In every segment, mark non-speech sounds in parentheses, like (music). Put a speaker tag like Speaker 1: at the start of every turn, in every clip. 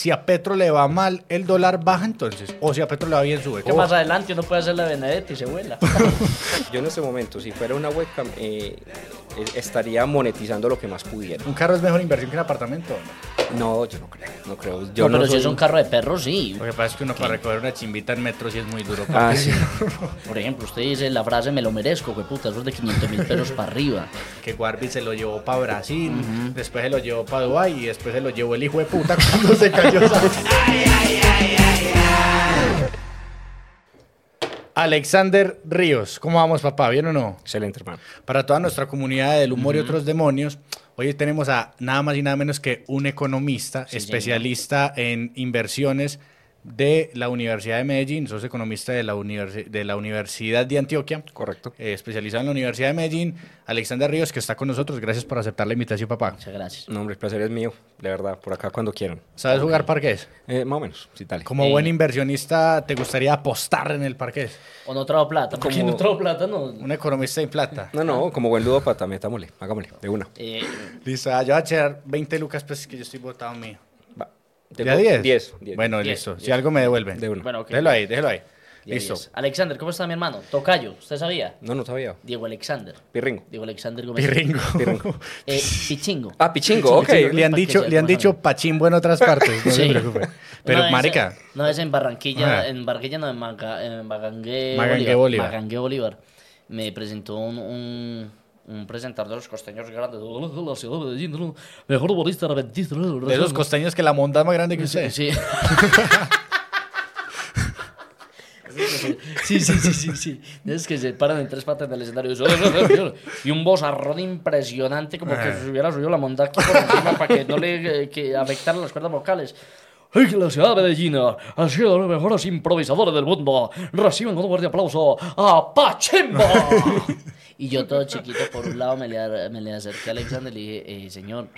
Speaker 1: Si a Petro le va mal, el dólar baja entonces. O si a Petro le va bien, sube.
Speaker 2: Que más adelante uno puede hacer la de Benedetti y se vuela.
Speaker 3: Yo en este momento, si fuera una webcam, eh, eh, estaría monetizando lo que más pudiera.
Speaker 1: Un carro es mejor inversión que un apartamento. ¿no?
Speaker 3: No, yo no creo. No creo.
Speaker 2: Yo
Speaker 3: Yo
Speaker 2: no, pero si
Speaker 3: soy-
Speaker 2: es un carro de perro, sí.
Speaker 1: Lo que pasa es que uno para recoger una chimbita en metro sí es muy duro.
Speaker 3: Ah, sí.
Speaker 2: Por ejemplo, usted dice la frase me lo merezco, que puta, eso es de 500 mil pesos para arriba.
Speaker 1: que Guarbi se lo llevó para Brasil, después se lo llevó para Dubái y después se lo llevó el hijo de puta (laughs) cuando se cayó. Alexander Ríos, ¿cómo vamos papá? ¿Bien o no?
Speaker 3: Excelente, hermano.
Speaker 1: Para toda nuestra comunidad del humor y otros demonios, hoy tenemos a nada más y nada menos que un economista, especialista en inversiones de la Universidad de Medellín, sos economista de la, universi- de la Universidad de Antioquia
Speaker 3: Correcto.
Speaker 1: eh, especializado en la Universidad de Medellín, Alexander Ríos, que está con nosotros. Gracias por aceptar la invitación, papá.
Speaker 2: Muchas gracias.
Speaker 3: No, hombre, el placer es mío, de verdad, por acá cuando quieran.
Speaker 1: ¿Sabes jugar parqués?
Speaker 3: Eh, más o menos, sí, tal.
Speaker 1: Como
Speaker 2: Sí.
Speaker 1: buen inversionista, ¿te gustaría apostar en el parqués?
Speaker 2: O no trago plata. ¿Por qué
Speaker 3: Como-
Speaker 2: no trago plata? No.
Speaker 1: Un economista en
Speaker 2: (laughs)
Speaker 1: plata.
Speaker 3: No, no, como buen ludópata, metámosle, hagámosle, de una.
Speaker 2: Eh,
Speaker 1: Listo, ah, yo voy a echar 20 lucas, pues que yo estoy botado mío.
Speaker 3: Va.
Speaker 1: ¿Ya 10?
Speaker 3: 10.
Speaker 1: Bueno,
Speaker 2: Diez,
Speaker 1: listo.
Speaker 2: diez.
Speaker 1: Si algo me devuelven.
Speaker 3: De una.
Speaker 2: Bueno, ok.
Speaker 1: Déjelo ahí, déjelo ahí.
Speaker 2: ya
Speaker 1: Listo.
Speaker 2: diez. Alexander, ¿cómo está mi hermano? Tocayo, ¿usted sabía?
Speaker 3: No, no sabía.
Speaker 2: Diego Alexander.
Speaker 3: Pirringo.
Speaker 2: Diego Alexander Gómez. (laughs)
Speaker 1: Pirringo. (laughs)
Speaker 2: Eh, Pichingo.
Speaker 3: Ah, pichingo, ok.
Speaker 1: Pichingo. Le han
Speaker 2: Para que
Speaker 1: dicho,
Speaker 2: sea
Speaker 1: le han
Speaker 2: más
Speaker 1: dicho
Speaker 2: ameno.
Speaker 1: pachimbo en otras partes, (laughs) no se
Speaker 2: Sí.
Speaker 1: preocupe. Pero,
Speaker 2: No, es-
Speaker 1: marica,
Speaker 2: no, es en Barranquilla,
Speaker 1: Ajá.
Speaker 2: en Barranquilla, no, en, Maga- en Magangué,
Speaker 1: Magangué,
Speaker 2: Bolívar,
Speaker 1: Bolívar.
Speaker 2: Magangué, Bolívar. Me presentó un, un, un presentador de los costeños grandes. La ciudad de Medellín, ¿no? mejor bolista reventista.
Speaker 1: de esos costeños que la monda es más grande que usted.
Speaker 2: Sí. Sí, sí, sí, sí, sí. Es que se paran en tres patas del escenario. Y un vozarrón impresionante, como que se hubiera subido la monda aquí por encima para que no le eh, que afectaran las cuerdas vocales. ¡Ay, que la ciudad de Medellín ha sido los mejores improvisadores del mundo! Reciben con un fuerte aplauso a Pachimbo. (laughs) Y yo todo chiquito, por un lado, me le, ar- me le acerqué a Alexander y le dije, eh, señor,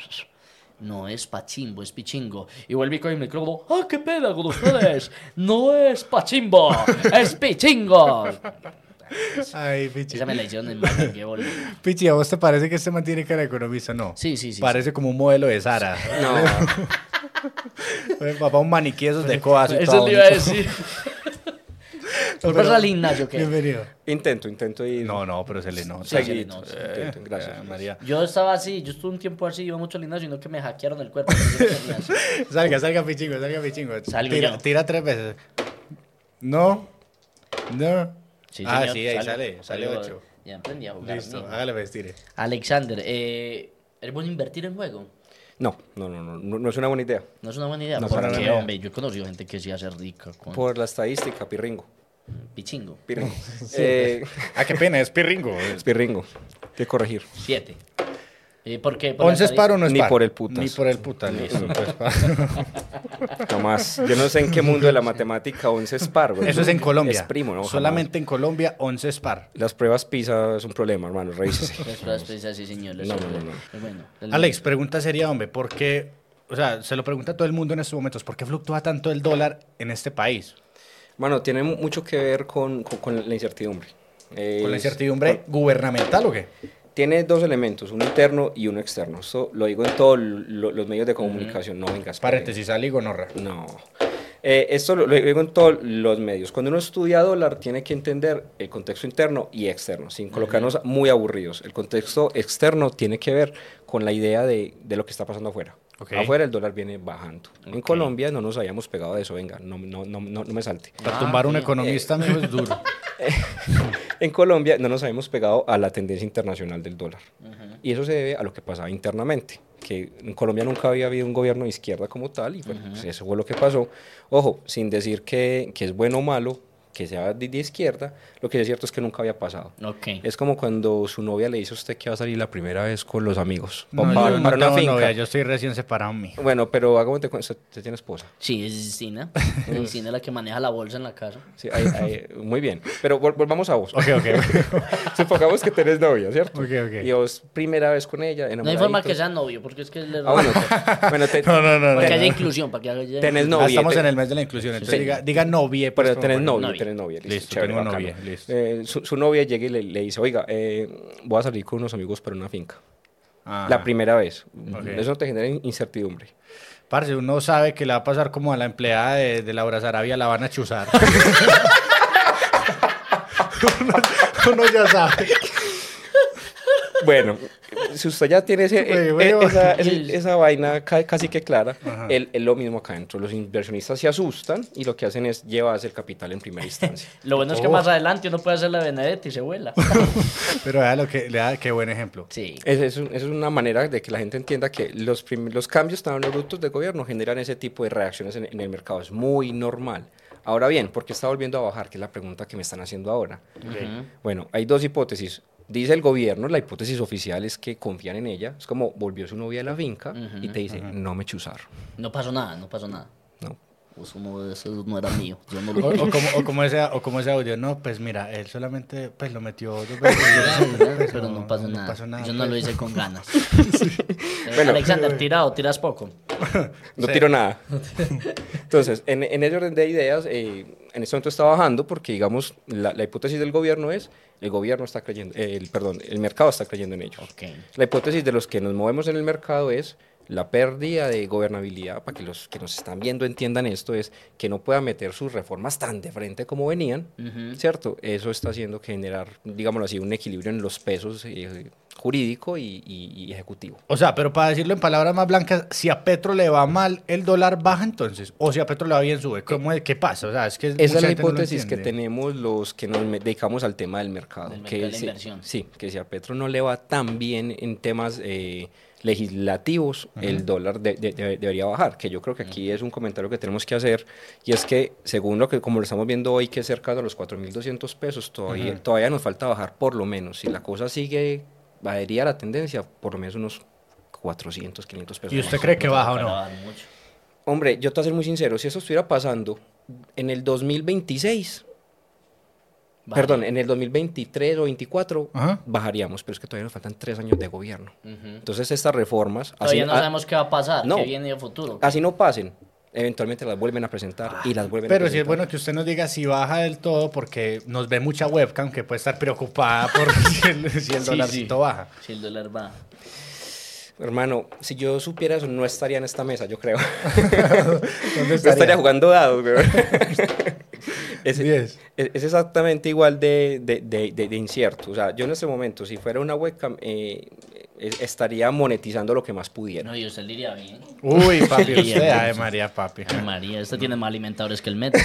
Speaker 2: no es Pachimbo, es Pichingo. Y vuelve con el micrófono, ¡ah, qué pena con ustedes! No es Pachimbo, es Pichingo.
Speaker 1: Ay, pichi.
Speaker 2: Esa me la hicieron en Barranquilla, Bolívar.
Speaker 1: Pichi, ¿a vos te parece que este man tiene cara de economista? No.
Speaker 2: Sí, sí, sí.
Speaker 1: Parece como un modelo de Sara.
Speaker 3: No,
Speaker 1: Oye, Papá, un maniquí esos de coas
Speaker 2: sí.
Speaker 1: y
Speaker 2: Eso
Speaker 1: todo.
Speaker 2: te iba a decir.
Speaker 1: (laughs)
Speaker 2: ¿Tú vas al gimnasio o qué?
Speaker 1: Bienvenido.
Speaker 3: intento, intento ir.
Speaker 1: No, no, pero se le nota.
Speaker 2: Sí, sí.
Speaker 3: Seguidito, intento, gracias.
Speaker 1: Eh, María.
Speaker 2: Yo estaba así, yo estuve un tiempo así, iba mucho al gimnasio, sino que me hackearon el cuerpo. Yo no tenía así.
Speaker 1: Salga, salga, pichingo, salga, pichingo.
Speaker 2: Salgo
Speaker 1: tira,
Speaker 2: yo.
Speaker 1: tira tres veces. No. No.
Speaker 2: Sí,
Speaker 1: ah,
Speaker 2: señor,
Speaker 1: sí, ahí sale, sale
Speaker 2: Salió,
Speaker 1: ocho.
Speaker 2: Ya aprendí a jugar.
Speaker 1: Listo, ah.
Speaker 2: mijo.
Speaker 1: hágale pues, vestir.
Speaker 2: Alexander, eh, ¿es bueno invertir en juego?
Speaker 3: No, no, no, no, no, no es una buena idea.
Speaker 2: No es una buena idea.
Speaker 1: No es una buena
Speaker 2: porque,
Speaker 1: idea.
Speaker 2: hombre, yo he conocido gente que sí hace rica con
Speaker 3: Por la estadística, pirringo.
Speaker 2: pichingo.
Speaker 3: Pirringo. Eh,
Speaker 1: Ah, qué pena, es pirringo.
Speaker 3: es pirringo. Hay que corregir.
Speaker 2: Siete. Eh, ¿Por qué? Por la
Speaker 1: Once es par o no es
Speaker 3: Ni
Speaker 1: par.
Speaker 3: por el putas.
Speaker 1: Ni por el puta, listo.
Speaker 3: (laughs)
Speaker 1: pues, par.
Speaker 3: Tomás, yo no sé en qué mundo de la matemática 11 es par. güey.
Speaker 1: Eso es en Colombia.
Speaker 3: Es primo, ¿no? Jamás.
Speaker 1: Solamente en Colombia, once es par.
Speaker 3: Las pruebas PISA es un problema, hermano, revísese.
Speaker 2: estadística. Las pruebas precisas, sí, señor. las
Speaker 3: No,
Speaker 2: pruebas.
Speaker 3: no, no,
Speaker 2: Eh, Bueno, el-
Speaker 1: Alex, pregunta sería, hombre, ¿por qué? O sea, se lo pregunta a todo el mundo en estos momentos, ¿por qué fluctúa tanto el dólar en este país?
Speaker 3: Bueno, tiene mu- mucho que ver con, con- con la incertidumbre.
Speaker 1: ¿Con la
Speaker 3: Es-
Speaker 1: incertidumbre gubernamental o qué?
Speaker 3: Tiene dos elementos, uno interno y uno externo. Esto lo digo en todos lo- los medios de comunicación, no vengas.
Speaker 1: Paréntesis, Ali Gonorra.
Speaker 3: No. Eh, esto lo, lo digo en todos los medios. Cuando uno estudia dólar, tiene que entender el contexto interno y externo, sin colocarnos muy aburridos. El contexto externo tiene que ver con la idea de, de lo que está pasando afuera.
Speaker 1: Ok.
Speaker 3: Afuera el dólar viene bajando. En Colombia no nos habíamos pegado de eso, venga, no, no, no, no, no me salte.
Speaker 1: Para
Speaker 2: Ah,
Speaker 1: tumbar a un
Speaker 2: sí.
Speaker 1: economista amigo, es duro. (laughs)
Speaker 3: En Colombia no nos habíamos pegado a la tendencia internacional del dólar. Y eso se debe a lo que pasaba internamente, que en Colombia nunca había habido un gobierno de izquierda como tal, y bueno, pues eso fue lo que pasó. Ojo, sin decir que, que es bueno o malo, que sea de, de izquierda, lo que es cierto es que nunca había pasado.
Speaker 2: Ok.
Speaker 3: Es como cuando su novia le dice a usted que va a salir la primera vez con los amigos.
Speaker 1: No,
Speaker 3: o
Speaker 1: yo
Speaker 3: para,
Speaker 1: no
Speaker 3: para una
Speaker 1: tengo
Speaker 3: finca.
Speaker 1: novia, yo estoy recién separado, mi.
Speaker 3: Bueno, pero hágame te cuento, usted tiene esposa.
Speaker 2: Sí, es Isina. Es Isina la que maneja la bolsa en la casa.
Speaker 3: Sí, ahí- ahí- muy bien. Pero vol- volvamos a
Speaker 1: (laughs)
Speaker 3: vos.
Speaker 1: Ok, ok.
Speaker 3: Supongamos que tenés novia, ¿cierto?
Speaker 1: Ok, ok.
Speaker 3: Y vos, primera vez con ella,
Speaker 2: No hay forma que
Speaker 3: enamoradito.
Speaker 2: sea novio, porque es que... Le...
Speaker 3: Ah, bueno, te- bueno,
Speaker 1: (laughs)
Speaker 3: te-
Speaker 1: No, no, no. no,
Speaker 2: para que haya
Speaker 1: no.
Speaker 2: inclusión, para que haya...
Speaker 3: tenés
Speaker 1: Ah,
Speaker 3: novia.
Speaker 1: estamos
Speaker 3: te-
Speaker 1: en el mes de la inclusión, entonces
Speaker 3: Sí.
Speaker 1: diga, diga novie. pues,
Speaker 3: Pero
Speaker 1: como
Speaker 3: tenés
Speaker 1: para-
Speaker 3: novio,
Speaker 2: novia.
Speaker 3: tenés novia. Listo,
Speaker 1: Listo,
Speaker 3: chévere,
Speaker 1: tengo
Speaker 3: bacano.
Speaker 1: novia, listo.
Speaker 3: Eh, su, su novia llega y le, le dice, oiga, eh, voy a salir con unos amigos para una finca.
Speaker 1: Ajá.
Speaker 3: La primera vez.
Speaker 1: Ok.
Speaker 3: Eso te genera in- incertidumbre.
Speaker 1: Parce, uno sabe que le va a pasar como a la empleada de, de Laura Sarabia, la van a chuzar. (laughs) uno, uno ya sabe.
Speaker 3: Bueno, si usted ya tiene
Speaker 1: (laughs)
Speaker 3: ese-
Speaker 1: Güey,
Speaker 3: eh,
Speaker 1: güey,
Speaker 3: eh,
Speaker 1: güey.
Speaker 3: esa, el- esa vaina ca- casi que clara, el- es lo mismo acá adentro. Los inversionistas se asustan y lo que hacen es llevarse el capital en
Speaker 1: (laughs)
Speaker 3: primera instancia.
Speaker 2: Lo bueno es que
Speaker 1: Oh.
Speaker 2: más adelante uno puede hacer la Benedetti y se vuela.
Speaker 1: Pero vea lo que le da, qué buen ejemplo.
Speaker 2: Sí.
Speaker 3: Es, es, un- es una manera de que la gente entienda que los, prim- los cambios tan abruptos del gobierno generan ese tipo de reacciones en, en el mercado. Es muy normal. Ahora bien, ¿por qué está volviendo a bajar? Que es la pregunta que me están haciendo ahora. Bueno, hay dos hipótesis. Dice el gobierno, la hipótesis oficial es que confían en ella. Es como volvió su novia de la finca y te dice, no me chuzaron.
Speaker 2: No pasó nada, no pasó nada.
Speaker 3: No.
Speaker 2: Eso no, eso no era mío. Yo no
Speaker 1: O,
Speaker 2: lo
Speaker 1: o como, o como ese, o como ese audio, no, pues mira, él solamente pues, lo metió dos veces. Pues,
Speaker 2: pero no pasó nada. Yo no
Speaker 1: pues.
Speaker 2: lo hice con ganas. Eh, Alexander, tira o tiras poco.
Speaker 3: (laughs) No tiro nada. Entonces, en, en ese orden de ideas, eh, en este momento está bajando porque, digamos, la, la hipótesis del gobierno es, el gobierno está creyendo, eh, el, perdón, el mercado está creyendo en ello.
Speaker 2: Ok.
Speaker 3: La hipótesis de los que nos movemos en el mercado es la pérdida de gobernabilidad, para que los que nos están viendo entiendan esto, es que no puedan meter sus reformas tan de frente como venían, ¿cierto? Eso está haciendo que generar, digámoslo así, un equilibrio en los pesos eh, jurídico y- y- y ejecutivo.
Speaker 1: O sea, pero para decirlo en palabras más blancas, si a Petro le va mal, el dólar baja entonces. O si a Petro le va bien, sube. ¿Cómo es? ¿Qué pasa? O sea, es que
Speaker 3: Esa
Speaker 1: mucha
Speaker 3: es la
Speaker 1: gente no lo
Speaker 3: hipótesis que
Speaker 1: entiende.
Speaker 3: tenemos los que nos me- dedicamos al tema del mercado.
Speaker 2: Del mercado
Speaker 3: que
Speaker 2: de la
Speaker 3: si-
Speaker 2: inversión.
Speaker 3: Sí, que si a Petro no le va tan bien en temas eh, legislativos, el dólar de- de- de- debería bajar. Que yo creo que aquí es un comentario que tenemos que hacer. Y es que, según lo que, como lo estamos viendo hoy, que es cercano a los 4.200 pesos, todavía, todavía nos falta bajar por lo menos. Si la cosa sigue adherida a la tendencia, por lo menos unos 400, 500 pesos.
Speaker 1: ¿Y usted
Speaker 3: más.
Speaker 1: cree que baja o
Speaker 2: Para
Speaker 1: no?
Speaker 2: dar mucho.
Speaker 3: Hombre, yo te voy a ser muy sincero, si eso estuviera pasando en el 2026,
Speaker 2: Vale.
Speaker 3: Perdón, en el 2023 o 24
Speaker 1: Ajá.
Speaker 3: bajaríamos, pero es que todavía nos faltan tres años de gobierno.
Speaker 2: Ujú.
Speaker 3: Entonces estas reformas, así
Speaker 2: Todavía no
Speaker 1: ah,
Speaker 3: a-
Speaker 2: sabemos qué va a pasar,
Speaker 3: No.
Speaker 2: qué viene en el futuro.
Speaker 3: así no pasen, eventualmente las vuelven a presentar y las vuelven a
Speaker 1: Pero sí es
Speaker 3: presentar.
Speaker 1: bueno que usted nos diga si baja del todo, porque nos ve mucha webcam que puede estar preocupada por (laughs) si el, si el
Speaker 2: Sí,
Speaker 1: dolarcito
Speaker 2: sí.
Speaker 1: baja.
Speaker 2: Si el dólar va.
Speaker 3: Hermano, si yo supiera eso, no estaría en esta mesa, yo (laughs) creo.
Speaker 1: ¿Dónde
Speaker 3: Yo estaría jugando dados, (laughs) güey. es,
Speaker 1: Diez.
Speaker 3: es- es exactamente igual de, de- de- de- de incierto. O sea, yo en ese momento, si fuera una webcam, eh, eh, estaría monetizando lo que más pudiera.
Speaker 2: No, y usted le iría bien.
Speaker 1: Uy,
Speaker 2: (laughs)
Speaker 1: papi,
Speaker 2: Sí,
Speaker 1: usted, ay,
Speaker 2: entonces.
Speaker 1: María, papi.
Speaker 2: Ay, María, este tiene más alimentadores que el metro.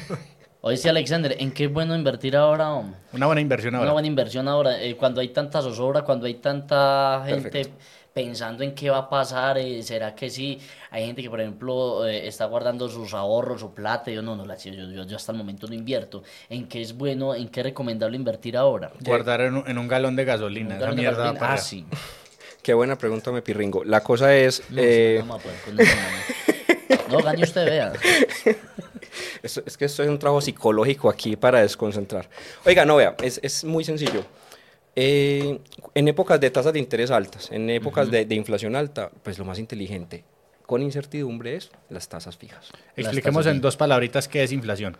Speaker 1: (laughs)
Speaker 2: Oye, sí, Alexander, ¿en qué es bueno invertir ahora, hombre?
Speaker 1: Una buena inversión
Speaker 2: Una
Speaker 1: ahora.
Speaker 2: buena inversión ahora, eh, cuando hay tanta zozobra, cuando hay tanta gente
Speaker 3: Perfecto.
Speaker 2: pensando en qué va a pasar, eh, ¿será que sí? Hay gente que, por ejemplo, eh, está guardando sus ahorros, su plata, yo no, no, la- yo, yo, yo hasta el momento no invierto. ¿En qué es bueno, en qué es recomendable invertir ahora?
Speaker 1: Guardar en un, en un galón de gasolina.
Speaker 2: Un
Speaker 1: esa
Speaker 2: galón de
Speaker 1: mierda va
Speaker 2: gasolina.
Speaker 1: para
Speaker 2: Ah,
Speaker 1: allá.
Speaker 2: sí.
Speaker 3: Qué buena pregunta, me pirringo. La cosa es...
Speaker 2: No,
Speaker 3: eh,
Speaker 2: no vamos a poder con eso,
Speaker 3: (laughs)
Speaker 2: no. No, gane usted, vea.
Speaker 3: Es, es que esto es un trabajo psicológico aquí para desconcentrar. Oiga, no vea, es, es muy sencillo. Eh, en épocas de tasas de interés altas, en épocas de, de inflación alta, pues lo más inteligente con incertidumbre es las tasas fijas.
Speaker 1: Expliquemos
Speaker 2: tasas
Speaker 1: en dos palabritas qué es inflación.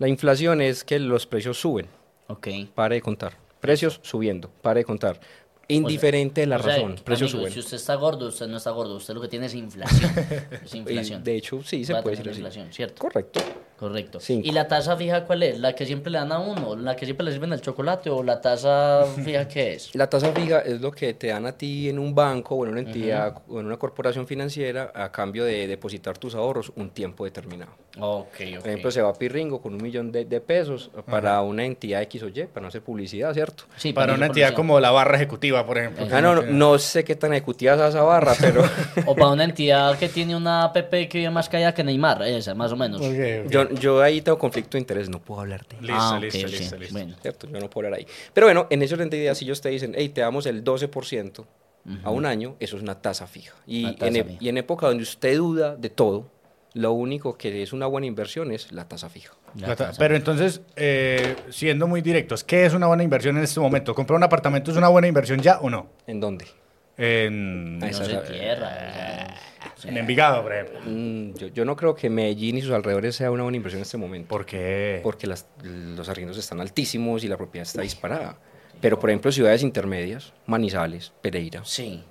Speaker 3: La inflación es que los precios suben,
Speaker 2: Ok.
Speaker 3: pare de contar. Precios subiendo, pare de contar. Indiferente de la
Speaker 2: O sea,
Speaker 3: razón, precios
Speaker 2: amigo, Si
Speaker 3: suben.
Speaker 2: usted está gordo, usted no está gordo. Usted lo que tiene es inflación.
Speaker 3: (laughs)
Speaker 2: Es
Speaker 3: Y
Speaker 2: inflación.
Speaker 3: de hecho, sí, se
Speaker 2: Va a
Speaker 3: puede
Speaker 2: tener
Speaker 3: decir así.
Speaker 2: inflación, ¿cierto?
Speaker 3: Correcto.
Speaker 2: Correcto.
Speaker 3: Cinco.
Speaker 2: ¿Y la tasa fija cuál es? ¿La que siempre le dan a uno? ¿La que siempre le sirven el chocolate? ¿O la
Speaker 3: (laughs)
Speaker 2: tasa fija qué es?
Speaker 3: La tasa fija es lo que te dan a ti en un banco o en una entidad o en una corporación financiera a cambio de depositar tus ahorros un tiempo determinado.
Speaker 2: Ok, ok.
Speaker 3: Por ejemplo, se va a Pirringo con un millón de, de pesos para una entidad X o Y, para no hacer publicidad, ¿cierto?
Speaker 2: Sí,
Speaker 1: Para
Speaker 2: no
Speaker 1: una
Speaker 2: se
Speaker 1: entidad
Speaker 2: pronuncia.
Speaker 1: como la barra ejecutiva, por ejemplo.
Speaker 3: Ah, no, no, no sé qué tan ejecutiva es esa barra,
Speaker 2: (laughs)
Speaker 3: pero
Speaker 2: O para una entidad que tiene una app que vive más callada que Neymar, esa, más o menos.
Speaker 1: Ok, ok.
Speaker 3: yo, yo ahí tengo conflicto de interés, no puedo hablarte.
Speaker 1: Listo,
Speaker 2: Ah, ok,
Speaker 1: listo,
Speaker 2: ok.
Speaker 1: listo, listo.
Speaker 2: Bueno.
Speaker 3: ¿cierto? Yo no puedo hablar ahí. Pero bueno, en ese orden de ideas, si ellos te dicen, hey, te damos el 12% a un año, eso es una tasa fija. Y,
Speaker 2: Una tasa
Speaker 3: en, e-
Speaker 2: fija.
Speaker 3: y en época donde usted duda de todo, lo único que es una buena inversión es la tasa fija.
Speaker 2: La
Speaker 1: Plata-
Speaker 2: tasa.
Speaker 1: Pero entonces, eh, siendo muy directos, ¿qué es una buena inversión en este momento? ¿Comprar un apartamento es una buena inversión ya o no?
Speaker 3: ¿En dónde?
Speaker 1: En,
Speaker 2: No
Speaker 3: Ah, esa- Ah.
Speaker 2: se
Speaker 3: esa-
Speaker 2: tierra. o sea,
Speaker 1: en Envigado, por ejemplo.
Speaker 3: Mm, yo, yo no creo que Medellín y sus alrededores sea una buena inversión en este momento.
Speaker 1: ¿Por qué?
Speaker 3: Porque las- los arriendos están altísimos y la propiedad está disparada. Pero, por ejemplo, ciudades intermedias, Manizales, Pereira,
Speaker 2: Sí.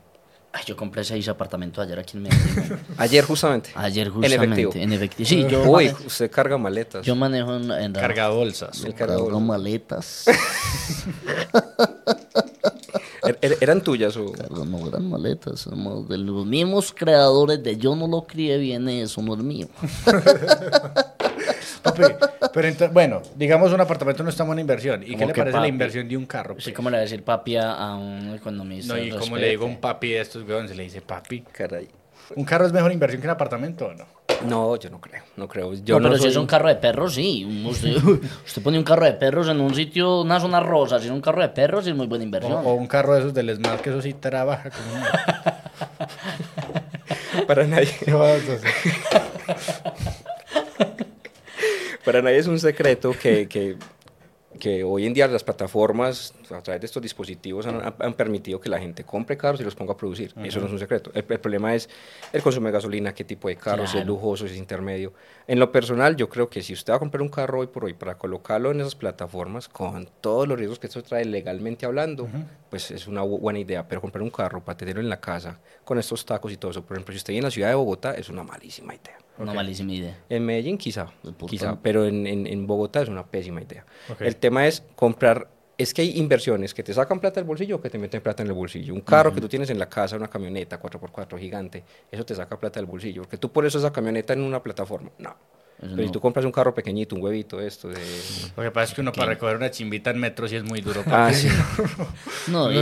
Speaker 2: Ay, yo compré seis apartamentos ayer aquí en Medellín.
Speaker 3: (laughs) Ayer justamente.
Speaker 2: Ayer justamente.
Speaker 3: En efectivo.
Speaker 2: En efectivo. Sí, yo,
Speaker 3: Uy,
Speaker 2: manejo,
Speaker 3: usted carga maletas.
Speaker 2: yo manejo en, en la-
Speaker 1: Carga bolsas.
Speaker 3: El
Speaker 2: cargo
Speaker 3: cargador.
Speaker 2: maletas.
Speaker 3: Er- er- ¿Eran tuyas o...?
Speaker 2: Cargo no eran maletas. somos de los mismos creadores de Yo no lo crié bien, eso no es mío.
Speaker 1: Papi, pero entonces, bueno, digamos un apartamento no está en buena inversión. ¿Y
Speaker 2: ¿Cómo
Speaker 1: qué le
Speaker 2: que
Speaker 1: parece la
Speaker 2: papi?
Speaker 1: inversión de un carro?
Speaker 2: Sí,
Speaker 1: pues?
Speaker 2: como le va a decir papi a, a un economista.
Speaker 1: No, y como le digo a un papi de estos weones, le dice, papi,
Speaker 3: Caray.
Speaker 1: ¿un carro es mejor inversión que un apartamento o no?
Speaker 3: No, yo no creo, no creo.
Speaker 2: Yo
Speaker 3: Yo
Speaker 2: no,
Speaker 3: no,
Speaker 2: pero si
Speaker 3: soy-
Speaker 2: es un carro de perros, sí. Un- Usted, (laughs) usted pone un carro de perros en un sitio, una zona rosa, si es un carro de perros, sí es muy buena
Speaker 1: O,
Speaker 3: Oh,
Speaker 2: inversión.
Speaker 1: o un carro de esos del Smart, que eso sí trabaja como un- (laughs)
Speaker 3: para nadie.
Speaker 1: ¿Qué vas a hacer?
Speaker 3: Para nadie es un secreto que, que- que hoy en día las plataformas a través de estos dispositivos han, han permitido que la gente compre carros y los ponga a producir. Eso no es un secreto. El, el problema es el consumo de gasolina, qué tipo de carro, si es
Speaker 2: Claro.
Speaker 3: lujoso, si es intermedio. En lo personal, yo creo que si usted va a comprar un carro hoy por hoy para colocarlo en esas plataformas con todos los riesgos que esto trae legalmente hablando, pues es una bu- buena idea. Pero comprar un carro para tenerlo en la casa con estos tacos y todo eso, por ejemplo, si usted vive en la ciudad de Bogotá, es una malísima idea.
Speaker 2: Una malísima idea.
Speaker 3: En Medellín quizá,
Speaker 2: Por
Speaker 3: quizá
Speaker 2: tanto.
Speaker 3: pero en, en- en Bogotá es una pésima idea.
Speaker 1: Ok.
Speaker 3: El tema es comprar, es que hay inversiones que te sacan plata del bolsillo o que te meten plata en el bolsillo. Un carro que tú tienes en la casa, una camioneta 4x4 gigante, eso te saca plata del bolsillo, porque tú pones esa camioneta en una plataforma, no.
Speaker 2: Eso
Speaker 3: Pero si
Speaker 2: no.
Speaker 3: tú compras un carro pequeñito, un huevito, esto
Speaker 1: (laughs)
Speaker 3: de...
Speaker 1: Lo que pasa es que uno para recoger una chimbita en metro sí es muy duro. papi.
Speaker 3: Ah, sí.
Speaker 1: (laughs)
Speaker 2: No,
Speaker 3: (laughs)
Speaker 2: y,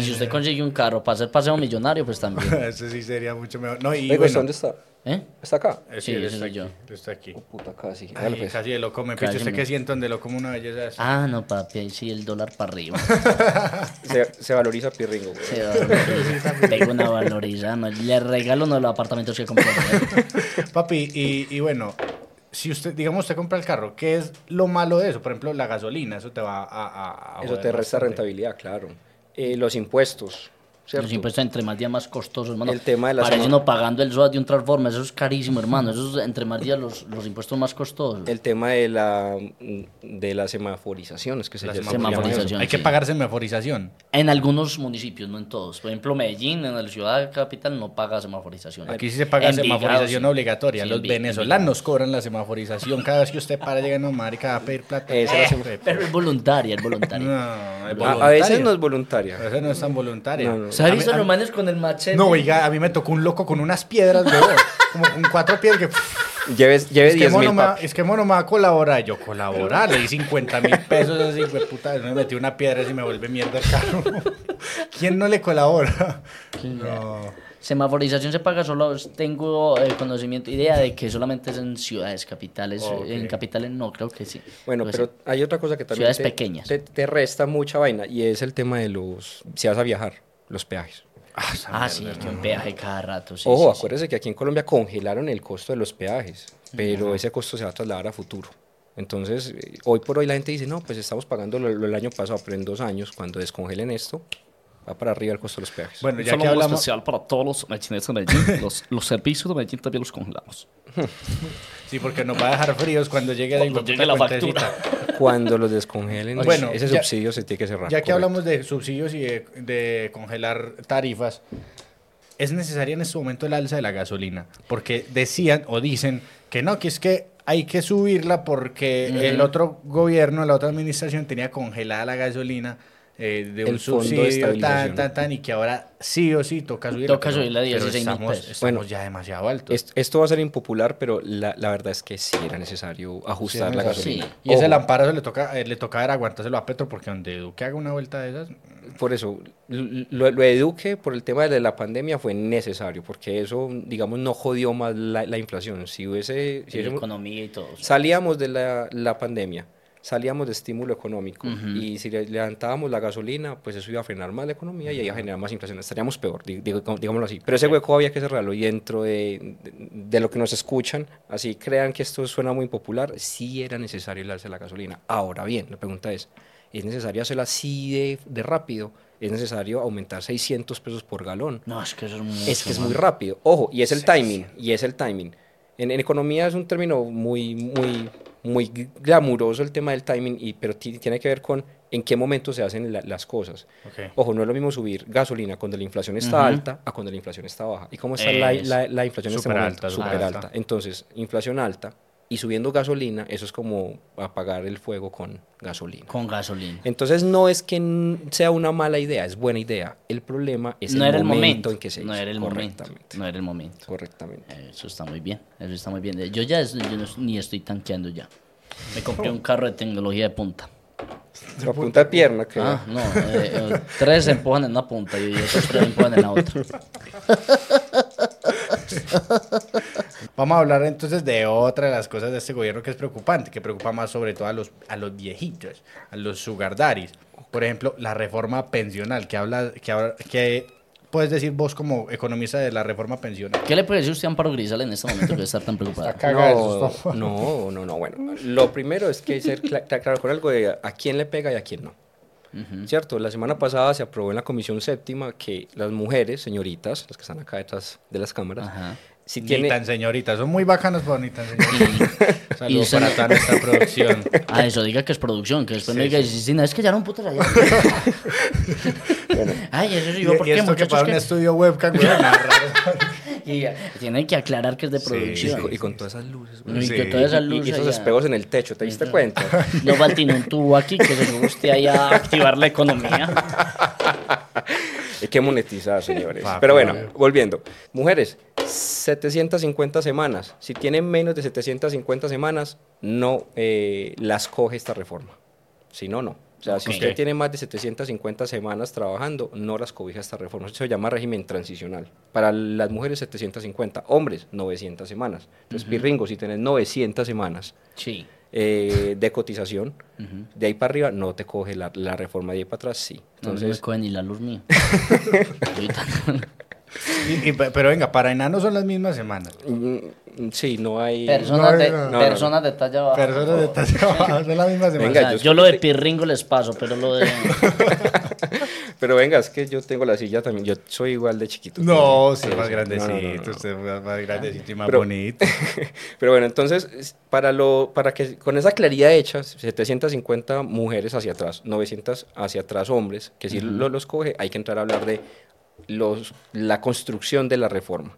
Speaker 2: y si usted consigue un carro para hacer paseo millonario, pues también.
Speaker 1: Eso sí sería mucho mejor. No, y
Speaker 3: Oiga, ¿usted
Speaker 1: bueno,
Speaker 3: ¿dónde está?
Speaker 2: ¿Eh?
Speaker 3: ¿Está acá?
Speaker 1: eh,
Speaker 2: Sí,
Speaker 1: él
Speaker 2: ese
Speaker 1: está
Speaker 2: soy
Speaker 1: aquí,
Speaker 2: yo.
Speaker 1: él Está aquí.
Speaker 3: Puta, casi.
Speaker 1: Ay,
Speaker 3: Hágale, pues.
Speaker 1: casi de lo come. Picho,
Speaker 2: Cálleme.
Speaker 1: ¿usted qué siente donde lo come una belleza así?
Speaker 2: Ah, no, papi, ahí sí el dólar
Speaker 1: (laughs)
Speaker 2: para arriba.
Speaker 3: se, se valoriza Pirringo, güey.
Speaker 2: Se valoriza. Tengo una valoriza. no, le regalo uno de los apartamentos que
Speaker 1: (laughs)
Speaker 2: compré.
Speaker 1: Papi, y, y bueno, si usted, digamos, usted compra el carro, ¿qué es lo malo de eso? Por ejemplo, la gasolina, eso te va a... a- a
Speaker 3: Eso
Speaker 1: joder
Speaker 3: te resta
Speaker 1: Ah, bastante.
Speaker 3: rentabilidad, claro. Eh, los impuestos, ¿cierto?
Speaker 2: Los impuestos entre más días más costosos, hermano.
Speaker 3: El tema de las-
Speaker 2: Parece uno pagando el SOAT de un transforme, eso es carísimo, hermano. Eso es entre más días los, los impuestos más costosos.
Speaker 3: El tema de la, de la semaforización, es que se
Speaker 1: La
Speaker 3: llama- se llama
Speaker 1: semaforización.
Speaker 2: Semaforización,
Speaker 1: Hay que
Speaker 2: sí.
Speaker 1: pagar semaforización.
Speaker 2: En algunos municipios, no en todos. Por ejemplo, Medellín, en la ciudad capital, no paga semaforización.
Speaker 1: Aquí sí se paga
Speaker 2: Envigado,
Speaker 1: semaforización
Speaker 2: sí.
Speaker 1: obligatoria.
Speaker 2: Sí,
Speaker 1: Los
Speaker 2: Envi-
Speaker 1: venezolanos cobran la semaforización. Cada vez que usted para, llega a marica a pedir plata.
Speaker 3: Esa es la sema-
Speaker 1: Pepe.
Speaker 2: Pero es voluntaria, es
Speaker 1: (laughs)
Speaker 2: voluntaria.
Speaker 1: No, es
Speaker 3: eso. A, a veces
Speaker 1: voluntario. A
Speaker 3: no es voluntaria.
Speaker 1: veces no es tan voluntario.
Speaker 3: No, no.
Speaker 2: ¿Se ha
Speaker 1: A mí-
Speaker 2: visto
Speaker 1: a
Speaker 2: los
Speaker 1: mí-
Speaker 2: manes con el machete?
Speaker 1: No, oiga, a mí me tocó un loco con unas piedras, weón. Como con cuatro piedras que...
Speaker 3: Lleves, lleves
Speaker 1: Es que,
Speaker 3: 10
Speaker 1: mono
Speaker 3: mil
Speaker 1: me va, es que mono me va a colaborar. Yo colaborar, le di 50 mil pesos así, güey, puta. Me metí una piedra y me vuelve mierda el carro. (laughs) ¿Quién no le colabora? No.
Speaker 2: Semaforización se paga solo, tengo eh, conocimiento, idea de que solamente es en ciudades capitales. eh,
Speaker 1: Ok.
Speaker 2: En capitales no, creo que sí.
Speaker 3: Bueno,
Speaker 2: Creo que
Speaker 3: pero
Speaker 2: sí.
Speaker 3: hay otra cosa que también
Speaker 2: Ciudades
Speaker 3: te,
Speaker 2: pequeñas.
Speaker 3: Te, te resta mucha vaina y es el tema de los, si vas a viajar, los peajes.
Speaker 2: Ah, sí, que un peaje cada rato. sí,
Speaker 3: Ojo,
Speaker 2: sí, sí.
Speaker 3: acuérdese que aquí en Colombia congelaron el costo de los peajes, pero ese costo se va a trasladar a futuro. Entonces, eh, hoy por hoy la gente dice, no, pues estamos pagando lo, lo el año pasado, pero en dos años, cuando descongelen esto, va para arriba el costo de los peajes.
Speaker 1: Bueno, ya
Speaker 4: Solo
Speaker 1: que
Speaker 4: algo
Speaker 1: hablamos.
Speaker 4: especial para todos los mechinetes de Medellín. los, los servicios de Medellín también los congelamos.
Speaker 1: Sí, porque nos va a dejar fríos cuando llegue
Speaker 4: Cuando
Speaker 1: hijueputa
Speaker 4: llegue la
Speaker 1: cuentecita.
Speaker 3: Cuando los descongelen,
Speaker 1: Bueno,
Speaker 3: ese
Speaker 1: ya-
Speaker 3: subsidio se tiene que cerrar.
Speaker 1: Ya que
Speaker 3: correcto.
Speaker 1: hablamos de subsidios y de, de congelar tarifas, es necesaria en este momento el alza de la gasolina. Porque decían o dicen que no, que es que hay que subirla porque el otro gobierno, la otra administración tenía congelada la gasolina eh, de
Speaker 3: El
Speaker 1: un
Speaker 3: fondo de
Speaker 1: subsidio, tan,
Speaker 3: estabilización.
Speaker 1: tan, tan, y que ahora sí o sí toca subirla.
Speaker 2: Toca
Speaker 1: pero-
Speaker 2: subirla a
Speaker 1: pero
Speaker 2: 16.000
Speaker 1: estamos,
Speaker 2: pesos.
Speaker 1: estamos
Speaker 3: Bueno,
Speaker 1: ya demasiado alto.
Speaker 3: Est- esto va a ser impopular, pero la, la verdad es que sí era necesario ajustar la gasolina.
Speaker 2: Sí.
Speaker 1: Y ese
Speaker 3: Ojo,
Speaker 1: lamparo se le toca, eh, le toca ver aguantárselo a Petro porque donde Duque haga una vuelta de esas,
Speaker 3: Por eso, l- lo, lo eduque por el tema de la pandemia fue necesario, porque eso, digamos, no jodió más la, la inflación. Si hubiese... si
Speaker 2: Y la
Speaker 3: hubiésemos-
Speaker 2: economía y todo.
Speaker 3: salíamos de la, la pandemia, salíamos de estímulo económico, y si le- levantábamos la gasolina, pues eso iba a frenar más la economía y iba a generar más inflación. Estaríamos peor, di- digo- digámoslo así. Pero ese hueco había que cerrarlo y dentro de, de, de lo que nos escuchan, así crean que esto suena muy popular, sí era necesario el alza de la gasolina. Ahora bien, la pregunta es, ¿es necesario hacerla así de, de rápido? ¿Es necesario aumentar 600 pesos por galón?
Speaker 2: No, es que eso es muy.
Speaker 3: Es que es muy rápido. Ojo, y es el timing. Y es el timing. En, en economía es un término muy, muy, muy glamuroso el tema del timing, y, pero ti- tiene que ver con en qué momento se hacen la- las cosas.
Speaker 1: Ok.
Speaker 3: Ojo, no es lo mismo subir gasolina cuando la inflación está alta a cuando la inflación está baja. ¿Y cómo está la,
Speaker 2: Es.
Speaker 3: la- la inflación en este
Speaker 1: Súper
Speaker 3: momento?
Speaker 1: alta, súper
Speaker 3: Súper
Speaker 1: alta.
Speaker 3: Entonces, inflación alta y subiendo gasolina, eso es como apagar el fuego con gasolina.
Speaker 2: Con gasolina.
Speaker 3: Entonces no es que n- sea una mala idea, es buena idea. El problema es
Speaker 2: no
Speaker 3: el,
Speaker 2: era el
Speaker 3: momento
Speaker 2: momento.
Speaker 3: en que se
Speaker 2: no
Speaker 3: hizo.
Speaker 2: era el momento.
Speaker 3: Correctamente.
Speaker 2: No era el momento.
Speaker 3: Correctamente.
Speaker 2: Eso está muy bien, eso está muy bien. Yo ya es- yo no- ni estoy tanqueando ya. Me compré un carro de tecnología de punta.
Speaker 3: La punta de pierna que
Speaker 2: Ah, no, eh, eh, tres empujan en una punta y otros tres empujan en la otra.
Speaker 1: Vamos a hablar entonces de otra de las cosas de este gobierno que es preocupante, que preocupa más sobre todo a los, a los viejitos, a los sugar daddies. Por ejemplo, la reforma pensional, que habla, que, habla- que puedes decir vos como economista de la reforma pensional.
Speaker 2: ¿Qué le parece a usted a Amparo Grisal en este momento que estar tan preocupada?
Speaker 3: no, no, no, no. Bueno, lo primero es que hay ser cla- estar claro con algo de a quién le pega y a quién no. ¿Cierto? La semana pasada se aprobó en la comisión séptima que las mujeres, señoritas, las que están acá detrás de las cámaras,
Speaker 2: Ajá.
Speaker 3: si
Speaker 1: (laughs) Ni
Speaker 3: tienen...
Speaker 1: tan señorita, son muy bacanas para ni tan señorita. Saludos
Speaker 2: (laughs) Y-
Speaker 1: para toda nuestra
Speaker 2: (laughs)
Speaker 1: producción.
Speaker 2: Ah, eso, diga que es producción, que después me diga, sí, sí, no, es que ya no putas allá. Ay, eso sí,
Speaker 1: Y,
Speaker 2: yo, ¿por
Speaker 1: y
Speaker 2: qué,
Speaker 1: esto que
Speaker 2: muchachos?
Speaker 1: para un estudio webcam, güey, narrar.
Speaker 2: que- y, eh, tienen que aclarar que es de
Speaker 3: Y
Speaker 2: producción.
Speaker 3: con- y con todas esas luces. güey.
Speaker 2: Y
Speaker 1: Sí.
Speaker 2: que todas esas
Speaker 3: Y- y-
Speaker 2: luces
Speaker 3: y esos
Speaker 2: allá.
Speaker 3: espejos en el techo, ¿te diste cuenta?
Speaker 2: No va a tener un tubo aquí que se fue usted ahí a activar la economía.
Speaker 3: Hay que monetizar, señores.
Speaker 1: Papi,
Speaker 3: Pero bueno,
Speaker 1: vale.
Speaker 3: volviendo. Mujeres, 750 semanas. Si tienen menos de 750 semanas, no eh, las coge esta reforma. Si no, no. O sea, si
Speaker 2: Ok.
Speaker 3: usted tiene más de 750 semanas trabajando, no las cobija esta reforma. Eso se llama régimen transicional. Para las mujeres, 750. Hombres, 900 semanas. Entonces, pirringo, si tenés 900 semanas
Speaker 2: Sí.
Speaker 3: eh, de cotización, de ahí para arriba no te coge la, la reforma, de ahí para atrás sí.
Speaker 2: Entonces, no me
Speaker 3: Entonces,
Speaker 2: coge ni la luz mía. Ahorita.
Speaker 1: Y- y- pero venga, para enanos son las mismas semanas.
Speaker 3: Mm, Sí, no hay.
Speaker 2: personas, de,
Speaker 1: no,
Speaker 3: no.
Speaker 2: personas de talla baja.
Speaker 1: Personas de
Speaker 2: por favor.
Speaker 1: talla baja, son las mismas
Speaker 2: O
Speaker 1: semanas.
Speaker 3: Venga,
Speaker 2: sea,
Speaker 3: yo
Speaker 2: yo lo de
Speaker 3: escuché-
Speaker 2: pirringo les paso, pero lo de...
Speaker 3: Pero venga, es que yo tengo la silla también. Yo soy igual de chiquito.
Speaker 1: No,
Speaker 3: Sí,
Speaker 1: usted es más
Speaker 3: sí. No, no, no,
Speaker 1: grandecito,
Speaker 3: no.
Speaker 1: usted es más- más grandecito y más
Speaker 3: Pero-
Speaker 1: bonito.
Speaker 3: Pero bueno, entonces, es- para, lo, para que con esa claridad hecha, 750 mujeres hacia atrás, 900 hacia atrás hombres, que si lo- los coge, hay que entrar a hablar de los, la construcción de la reforma.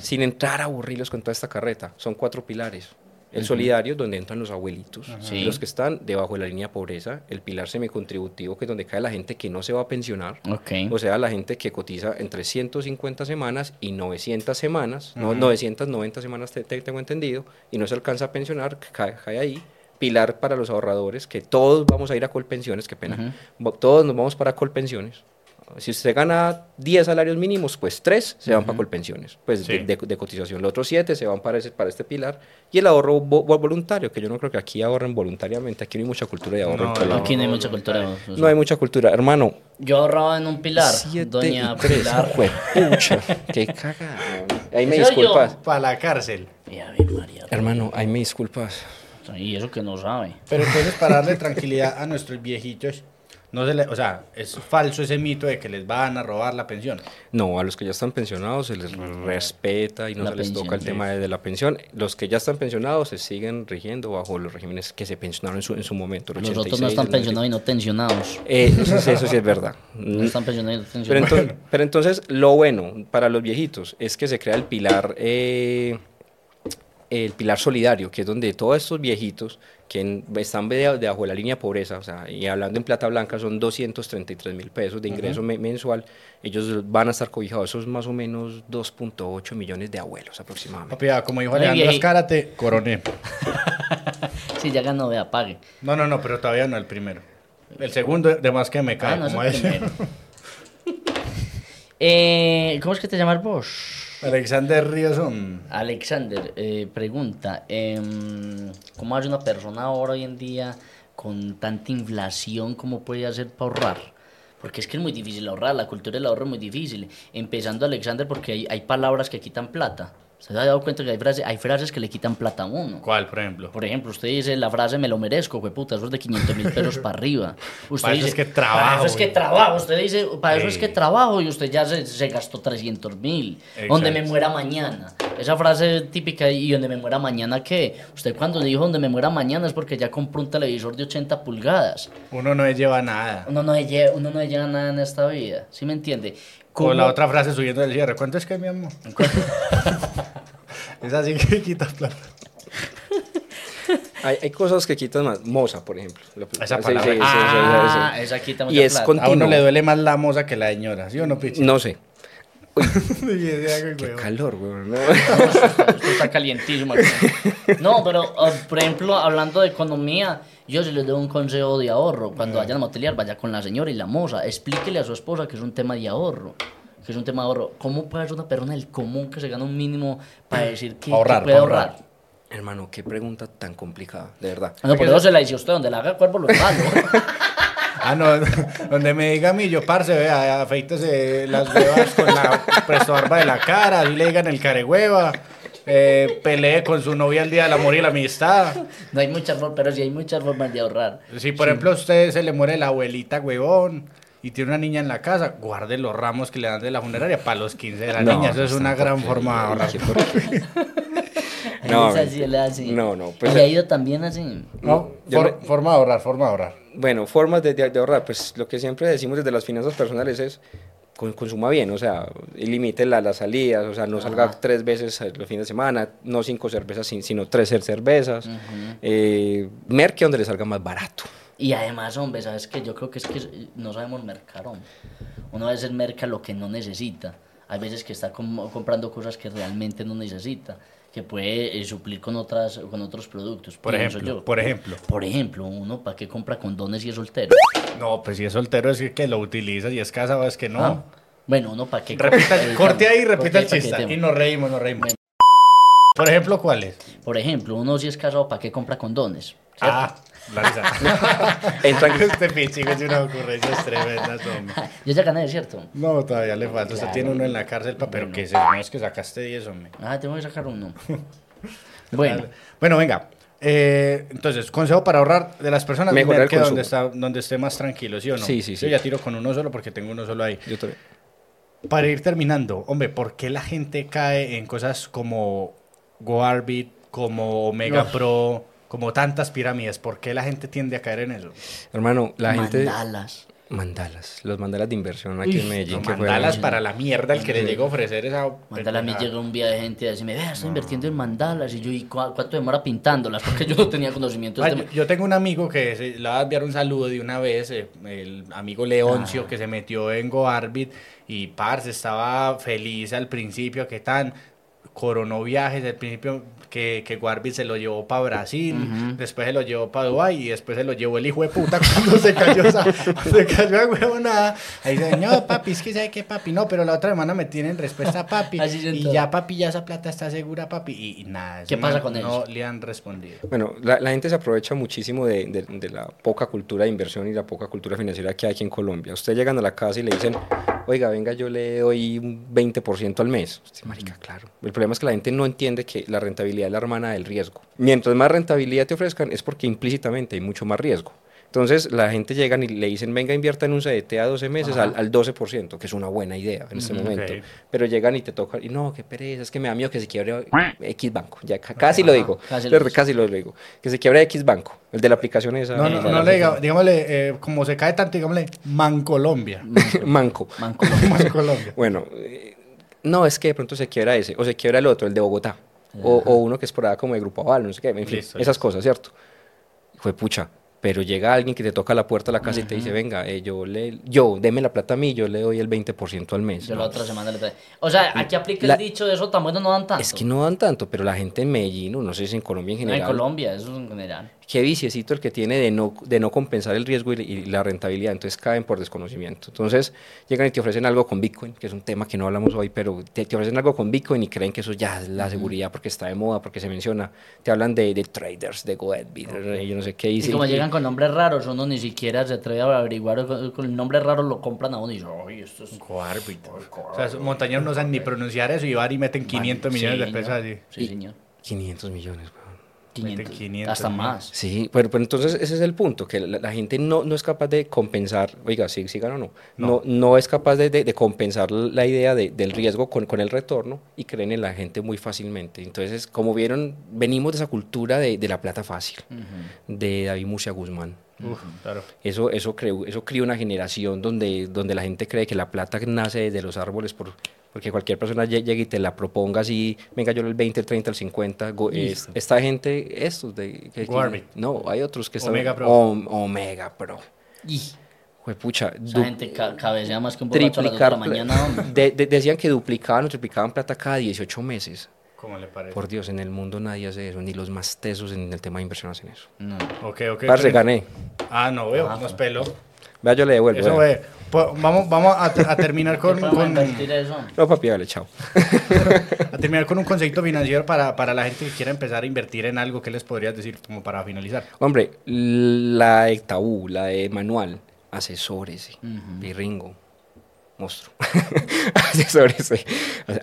Speaker 3: Sin entrar a aburrirlos con toda esta carreta. Son cuatro pilares. El solidario, donde entran los abuelitos,
Speaker 2: Sí.
Speaker 3: los que están debajo de la línea de pobreza. El pilar semicontributivo, que es donde cae la gente que no se va a pensionar. O
Speaker 2: Ok.
Speaker 3: sea, la gente que cotiza entre 150 semanas y 900 semanas, no, 990 semanas te- te- tengo entendido, y no se alcanza a pensionar, ca- cae, ahí. Pilar para los ahorradores, que todos vamos a ir a Colpensiones, qué pena. Vo- Todos nos vamos para Colpensiones. Si usted gana 10 salarios mínimos, pues 3 se van para Colpensiones, pues de,
Speaker 1: Sí.
Speaker 3: de- de cotización. Los otros 7 se van para, ese- para este pilar. Y el ahorro vo- vo- voluntario, que yo no creo que aquí ahorren voluntariamente, aquí no hay mucha cultura de ahorro.
Speaker 1: No,
Speaker 3: en Colombia.
Speaker 2: Aquí no hay mucha cultura. o sea.
Speaker 3: no hay mucha cultura. Hermano,
Speaker 2: Yo ahorraba en un pilar.
Speaker 3: Siete
Speaker 2: Doña
Speaker 3: y tres,
Speaker 2: Pilar.
Speaker 3: jue- pucha, qué cagada. Ahí me
Speaker 2: Soy
Speaker 3: disculpas.
Speaker 1: (laughs) Para la cárcel.
Speaker 2: Y a ver, María.
Speaker 3: Hermano, ahí me disculpas.
Speaker 2: Y eso que no sabe.
Speaker 1: Pero entonces, para darle tranquilidad a nuestros viejitos, no se le, o sea, es falso ese mito de que les van a robar la pensión.
Speaker 3: No, a los que ya están pensionados se les respeta y no
Speaker 2: La
Speaker 3: se les
Speaker 2: pensión,
Speaker 3: toca el
Speaker 2: sí.
Speaker 3: tema de, de la pensión. Los que ya están pensionados se siguen rigiendo bajo los regímenes que se pensionaron en su, en su momento. el
Speaker 2: Los otros
Speaker 3: 86,
Speaker 2: no están
Speaker 3: el
Speaker 2: pensionados y no tensionados.
Speaker 3: 90. Eh, eso, sí- eso sí
Speaker 2: (laughs)
Speaker 3: es verdad.
Speaker 2: No están pensionados y no
Speaker 3: Pero
Speaker 2: tensionados.
Speaker 3: entonces, pero entonces lo bueno para los viejitos es que se crea el pilar, eh, el pilar solidario, que es donde todos estos viejitos que en- están de- debajo de la línea de pobreza, o sea, y hablando en plata blanca son 233 mil pesos de ingreso me- mensual, ellos van a estar cobijados, esos más o menos 2.8 millones de abuelos aproximadamente.
Speaker 1: Papi, ah, como dijo
Speaker 2: Ay,
Speaker 1: Alejandro
Speaker 2: vieji-
Speaker 1: Azcárate, coroné.
Speaker 2: (laughs) Si ya ganó, vea, pague.
Speaker 1: No, no, no, pero todavía no el primero. El segundo, de más que me cae,
Speaker 2: Ah, no es
Speaker 1: como
Speaker 2: el
Speaker 1: es.
Speaker 2: primero. Eh, ¿Cómo es que te llamas vos?
Speaker 1: (laughs) Alexander mm, Rioson.
Speaker 2: Alexander, eh, pregunta, em, ¿cómo hace una persona ahora hoy en día con tanta inflación, cómo puede hacer para ahorrar? Porque es que es muy difícil ahorrar, la cultura del ahorro es muy difícil. Empezando, Alexander, porque hay, hay palabras que quitan plata. ¿Usted se ha dado cuenta que hay, frase- hay frases que le quitan plata a uno?
Speaker 1: ¿Cuál, por ejemplo?
Speaker 2: Por ejemplo, usted dice la frase me lo merezco, puta, eso es de 500 mil
Speaker 1: (laughs)
Speaker 2: pesos para arriba. Usted
Speaker 1: Para eso
Speaker 2: dice,
Speaker 1: es que trabajo,
Speaker 2: Para eso es que
Speaker 1: güey".
Speaker 2: trabajo. Usted dice, para eso es
Speaker 1: Ey.
Speaker 2: que trabajo y usted ya se, se gastó 300 mil.
Speaker 1: Exacto.
Speaker 2: Donde me muera mañana. Esa frase típica y donde me muera mañana, ¿qué? Usted cuando dijo donde me muera mañana es porque ya compró un televisor de 80 pulgadas.
Speaker 1: Uno no lleva nada.
Speaker 2: Uno no lleva, uno no lleva nada en esta vida. ¿Sí me entiende?
Speaker 1: Con la
Speaker 2: ¿Cómo-
Speaker 1: otra frase subiendo del cierre. ¿Cuánto es que, mi
Speaker 2: (laughs)
Speaker 1: amor? es así que quita plata.
Speaker 3: Hay, hay cosas que quitan más. Moza, por ejemplo. La-
Speaker 1: Esa
Speaker 3: sí,
Speaker 1: palabra.
Speaker 3: sí, sí, sí,
Speaker 2: Ah,
Speaker 3: sí, sí.
Speaker 2: esa quita
Speaker 3: Y
Speaker 2: mucha
Speaker 3: es
Speaker 2: plata.
Speaker 3: con-
Speaker 1: A uno
Speaker 3: Continuo.
Speaker 1: le duele más la moza que la señora, ¿sí o no, Pichi? (laughs)
Speaker 3: No sé.
Speaker 1: Y ese haga el huevo.
Speaker 3: Calor, güey.
Speaker 1: (laughs)
Speaker 3: ¿no?
Speaker 2: Esto está calientísimo. aquí. No, pero ah, por ejemplo, hablando de economía, yo sí les doy un consejo de ahorro. Cuando vayan a motelear, vaya con la señora y la moza. Explíquele a su esposa que es un tema de ahorro. Que es un tema de ahorro. ¿Cómo puede ser una persona del común que se gana un mínimo para decir que, que
Speaker 1: Ahorrar,
Speaker 2: puede
Speaker 1: ahorrar.
Speaker 2: ahorrar? Ah,
Speaker 3: Hermano, qué pregunta tan complicada, de verdad.
Speaker 2: No, por eso se la dice a usted, donde la haga cuerpo lo malo.
Speaker 1: Ah, no, (laughs) donde me diga a mí, yo, parce, vea, afeítese las huevas con la prestobarba de la cara, así le digan el carehueva, eh, pelee con su novia el día del amor y la amistad.
Speaker 2: (laughs) No hay muchas formas, pero sí hay muchas formas de ahorrar.
Speaker 1: Si, por ejemplo, a usted se le muere la abuelita, huevón, y tiene una niña en la casa, guarde los ramos que le dan de la funeraria para los 15 de la
Speaker 3: No,
Speaker 1: niña. Eso es una
Speaker 3: tampoco,
Speaker 1: gran forma de
Speaker 3: ay,
Speaker 1: ahorrar.
Speaker 3: qué porquería.
Speaker 2: No, (laughs)
Speaker 3: (laughs) No,
Speaker 2: esa sí la hace.
Speaker 3: no, no, pues-
Speaker 2: y le ha ido también así.
Speaker 1: No,
Speaker 3: Yo
Speaker 1: for- forma de ahorrar, forma de ahorrar.
Speaker 3: Bueno, formas de, de- de ahorrar, pues lo que siempre decimos desde las finanzas personales es con- consuma bien, o sea, y limite la- las salidas, o sea, no salga tres veces los fines de semana, no cinco cervezas, sin- sino tres cer- cervezas. Eh, merque donde le salga más barato.
Speaker 2: Y además, hombre, ¿sabes qué? Yo creo que es que no sabemos mercar, hombre. Uno a veces merca lo que no necesita. Hay veces que está com- comprando cosas que realmente no necesita, que puede eh, suplir con, otras, con otros productos.
Speaker 1: Por
Speaker 2: pienso
Speaker 1: ejemplo,
Speaker 2: yo.
Speaker 1: por ejemplo.
Speaker 2: Por ejemplo, uno, ¿para qué compra condones y es soltero?
Speaker 1: No, pues si es soltero es que- que lo utilizas y es casado es que no.
Speaker 2: Ah, Bueno, uno, ¿para qué
Speaker 1: Repita,
Speaker 3: (laughs)
Speaker 2: compra-
Speaker 1: corte ahí y
Speaker 2: Corte
Speaker 1: repita el
Speaker 2: pa' qué
Speaker 1: chiste.
Speaker 2: tema.
Speaker 1: Y nos reímos, nos reímos. Por ejemplo, ¿cuáles?
Speaker 2: Por ejemplo, uno si es casado, ¿para qué compra condones?
Speaker 1: Ah, (laughs) la risa. (laughs)
Speaker 3: Entran-
Speaker 1: este pichico es una ocurrencia tremenda, hombre.
Speaker 2: Yo ya gané, ¿cierto?
Speaker 1: No, todavía le falta. Usted
Speaker 2: Claro.
Speaker 1: tiene uno en la cárcel, pa- pero que se, no es que sacaste 10, hombre.
Speaker 2: Ah, tengo que
Speaker 1: (laughs)
Speaker 2: sacar uno. Bueno,
Speaker 1: Bueno, venga. Eh, entonces, consejo para ahorrar de las personas
Speaker 3: Mejorar el
Speaker 1: que donde, está,
Speaker 3: consumo.
Speaker 1: donde esté más tranquilo, ¿sí o no?
Speaker 3: Sí, sí, sí.
Speaker 1: Yo ya tiro con uno solo porque tengo uno solo ahí.
Speaker 3: Yo también.
Speaker 1: Para ir terminando, hombre, ¿por qué la gente cae en cosas como GoArbit, como Omega
Speaker 2: Uf.
Speaker 1: Pro, como tantas pirámides? ¿Por qué la gente tiende a caer en eso?
Speaker 3: Hermano, la gente...
Speaker 2: mandalas.
Speaker 3: Mandalas, los mandalas de inversión aquí en Medellín.
Speaker 1: No,
Speaker 3: que fueron-
Speaker 1: mandalas para la mierda el que le llega a ofrecer esa...
Speaker 2: Mandala a mí
Speaker 1: pendejada.
Speaker 2: llega un día de gente a decirme, vea, estoy invirtiendo en mandalas. Y yo, ¿y cua- cuánto demora pintándolas? Porque yo no tenía conocimientos
Speaker 1: Ah,
Speaker 2: de...
Speaker 1: yo, yo tengo un amigo que se- le va a enviar un saludo de una vez, eh, el amigo Leoncio,
Speaker 2: Ah.
Speaker 1: que se metió en GoArbit y parce, estaba feliz al principio, que tan coronó viajes al principio que, que GoArbit se lo llevó para Brasil, después se lo llevó para Dubai y después se lo llevó el hijo de puta (laughs) cuando se cayó esa- se cayó a huevonada. Ahí dice, no papi, es que sabe que papi, no, pero la otra semana me tienen respuesta papi
Speaker 2: Así son
Speaker 1: y
Speaker 2: todos.
Speaker 1: ya papi, ya esa plata está segura papi y, y nada.
Speaker 2: ¿Qué
Speaker 1: ese
Speaker 2: pasa
Speaker 1: man
Speaker 2: con
Speaker 1: No
Speaker 2: ellos?
Speaker 1: le han respondido.
Speaker 3: Bueno, la, la gente se aprovecha muchísimo de, de- de la poca cultura de inversión y la poca cultura financiera que hay aquí en Colombia. Usted llegan a la casa y le dicen, oiga, venga, yo le doy un 20% al mes. Usted, marica, claro. El problema es que la gente no entiende que la rentabilidad es la hermana del riesgo. Mientras más rentabilidad te ofrezcan es porque implícitamente hay mucho más riesgo. Entonces la gente llega y le dicen, venga, invierta en un CDT a 12 meses al, al 12%, que es una buena idea en este momento.
Speaker 1: ok.
Speaker 3: Pero llegan y te tocan, y no, qué pereza, es que me da miedo que se quiebre X banco. Ya ca- casi lo digo,
Speaker 2: casi lo
Speaker 3: Le-
Speaker 2: dices.
Speaker 3: casi lo digo. Que se quiebra X banco, el eh, de la aplicación esa.
Speaker 1: No, no,
Speaker 3: esa-
Speaker 1: no le diga, digámosle, eh, como se cae tanto, digámosle Mancolombia.
Speaker 3: (laughs) Mm. Manco.
Speaker 2: Manco.
Speaker 1: (laughs) Mancolombia.
Speaker 3: Bueno, eh, no, es que de pronto se quiebra ese, o se quiebra el otro, el de Bogotá, o, o uno que es por allá como de Grupo Aval, no sé qué, en fin,
Speaker 1: Listo,
Speaker 3: esas cosas, ¿cierto? Fue pucha, pero llega alguien que te toca la puerta de la casa y te dice, venga, eh, yo, le, yo, deme la plata a mí, yo le doy el 20% al mes.
Speaker 2: Yo la otra semana le trae. O sea, aquí aplica
Speaker 3: La-
Speaker 2: el dicho de eso, tan bueno no dan tanto.
Speaker 3: Es que no dan tanto, pero la gente en Medellín, o no sé si en Colombia en
Speaker 2: No,
Speaker 3: general,
Speaker 2: en Colombia, eso es en general.
Speaker 3: qué viciecito el que tiene de no, de no compensar el riesgo y, y la rentabilidad, entonces caen por desconocimiento. Entonces llegan y te ofrecen algo con Bitcoin, que es un tema que no hablamos hoy, pero te, te ofrecen algo con Bitcoin y creen que eso ya es la seguridad porque está de moda, porque se menciona. Te hablan de, de traders, de GoDaddy, de- yo no sé qué.
Speaker 2: Y,
Speaker 3: dicen,
Speaker 2: como llegan compran con nombres raros, uno ni siquiera se atreve a averiguar. Con, con el nombre raro lo compran a uno y dice, oye, esto es.
Speaker 1: O sea, esos montañeros no saben ni pronunciar eso y van y meten 500 millones
Speaker 2: Sí,
Speaker 1: de pesos
Speaker 2: señor.
Speaker 1: así.
Speaker 2: Sí, señor.
Speaker 3: 500 millones, weón.
Speaker 2: 500.
Speaker 1: 500
Speaker 2: hasta
Speaker 1: mil.
Speaker 2: más.
Speaker 3: Sí, pero, pero entonces ese es el punto, que la, la gente no, no es capaz de compensar, oiga, sí, sí gana o no, no, no es capaz de, de- de compensar la idea de- del riesgo con, con el retorno y creen en la gente muy fácilmente. Entonces, como vieron, venimos de esa cultura de, de la plata fácil,
Speaker 2: Mm.
Speaker 3: de David Murcia Guzmán.
Speaker 1: Uf, claro.
Speaker 3: Eso, eso, creó, eso crió una generación donde, donde la gente cree que la plata nace desde los árboles, por, porque cualquier persona lle- llegue y te la proponga así, venga yo el 20, el 30, el 50. go- es- esta gente, estos de... que- que-
Speaker 1: Warwick.
Speaker 3: no, hay otros que están...
Speaker 1: Omega Pro.
Speaker 3: Om- Omega Pro.
Speaker 2: Y
Speaker 3: Juepucha,
Speaker 2: esa
Speaker 3: du-
Speaker 2: gente ca- cabecea más que un borracho a las dos de
Speaker 3: triplicar...
Speaker 2: la mañana. hombre.
Speaker 3: de- de- decían que duplicaban o triplicaban plata cada 18 meses.
Speaker 1: ¿Cómo le parece?
Speaker 3: Por Dios, en el mundo nadie hace eso, ni los más tesos en el tema de inversión hacen eso.
Speaker 2: No.
Speaker 1: Ok, ok.
Speaker 3: Parce,
Speaker 1: pero-
Speaker 3: gané. Pues,
Speaker 1: Ah, no veo, nos peló.
Speaker 3: Vea, yo le devuelvo.
Speaker 1: Eso
Speaker 3: vea.
Speaker 1: fue. Po- Vamos, vamos a, a terminar
Speaker 2: ¿Qué
Speaker 1: con,
Speaker 2: podemos
Speaker 1: con-
Speaker 2: invertir eso?
Speaker 3: No, papi, dale, chao.
Speaker 1: a terminar con un concepto financiero para, para la gente que quiera empezar a invertir en algo. ¿Qué les podrías decir como para finalizar?
Speaker 3: Hombre, la de tabú, la de manual, asesórese, birringo, monstruo. (laughs) asesórese,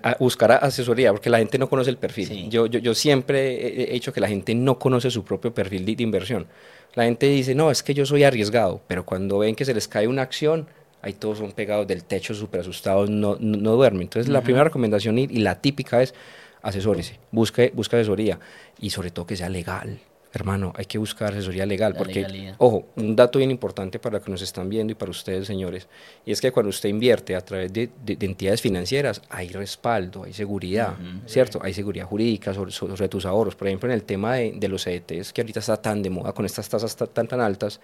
Speaker 3: a- a- buscar a- asesoría, porque la gente no conoce el perfil.
Speaker 2: Sí.
Speaker 3: Yo, yo, yo siempre he- he hecho que la gente no conoce su propio perfil de, de inversión. La gente dice, no, es que yo soy arriesgado, pero cuando ven que se les cae una acción, ahí todos son pegados del techo, súper asustados, no, no, no duermen. Entonces, la primera recomendación y, y la típica es asesórese, busque, busque asesoría y sobre todo que sea legal. Hermano, hay que buscar asesoría legal
Speaker 2: La
Speaker 3: porque,
Speaker 2: legalidad.
Speaker 3: ojo, un dato bien importante para los que nos están viendo y para ustedes, señores, y es que cuando usted invierte a través de, de- de entidades financieras, hay respaldo, hay seguridad, ¿cierto? Hay seguridad jurídica sobre, so- sobre tus ahorros. Por ejemplo, en el tema de, de los ETFs, que ahorita está tan de moda, con estas tasas ta- tan, tan altas,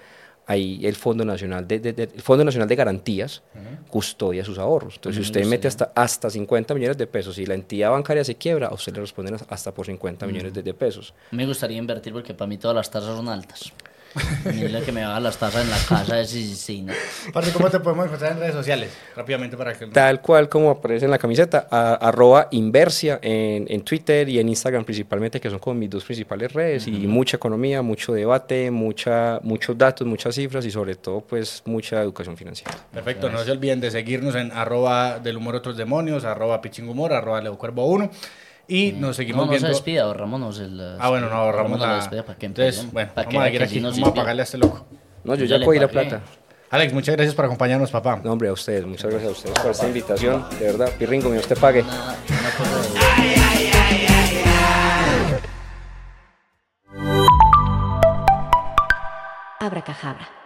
Speaker 3: hay el Fondo Nacional de, de- de- el Fondo Nacional de Garantías custodia sus ahorros. Entonces, si usted mete hasta, hasta 50 millones de pesos y la entidad bancaria se quiebra, a usted le responden as- hasta por 50 millones de, de pesos.
Speaker 2: Me gustaría invertir porque para mí todas las tasas son altas. A mí lo que me va a las tasas en la casa es asesina.
Speaker 1: Parce, ¿cómo te podemos encontrar en redes sociales? Rápidamente para que...
Speaker 3: Tal cual como aparece en la camiseta, a- arroba inversia en, en Twitter y en Instagram principalmente, que son como mis dos principales redes, y mucha economía, mucho debate, mucha, muchos datos, muchas cifras y sobre todo pues mucha educación financiera.
Speaker 1: Perfecto, no se olviden de seguirnos en arroba del humor otros demonios, arroba pichingumor, arroba leocuervo 1 y nos seguimos
Speaker 2: Mm. No, no
Speaker 1: viendo...
Speaker 2: se despida, ahorrámonos el.
Speaker 1: Ah, bueno, no, ahorramos
Speaker 2: la.
Speaker 1: la...
Speaker 2: despedida para que
Speaker 1: Entonces,
Speaker 2: empecemos,
Speaker 1: bueno,
Speaker 2: para que
Speaker 1: vamos a seguir
Speaker 2: vea que
Speaker 1: aquí,
Speaker 2: sí nos
Speaker 1: vamos a
Speaker 2: sirvió.
Speaker 1: pagarle a este loco.
Speaker 3: No, yo
Speaker 2: Ya
Speaker 3: ya,
Speaker 2: le
Speaker 3: cogí la
Speaker 2: pagué.
Speaker 3: plata.
Speaker 1: Alex, muchas gracias por acompañarnos, papá.
Speaker 3: No, hombre, a ustedes, muchas gracias a ustedes por esta invitación, de verdad, Pirringo, mi usted pague.
Speaker 2: Nada, una cosa de-
Speaker 5: Abracajabra.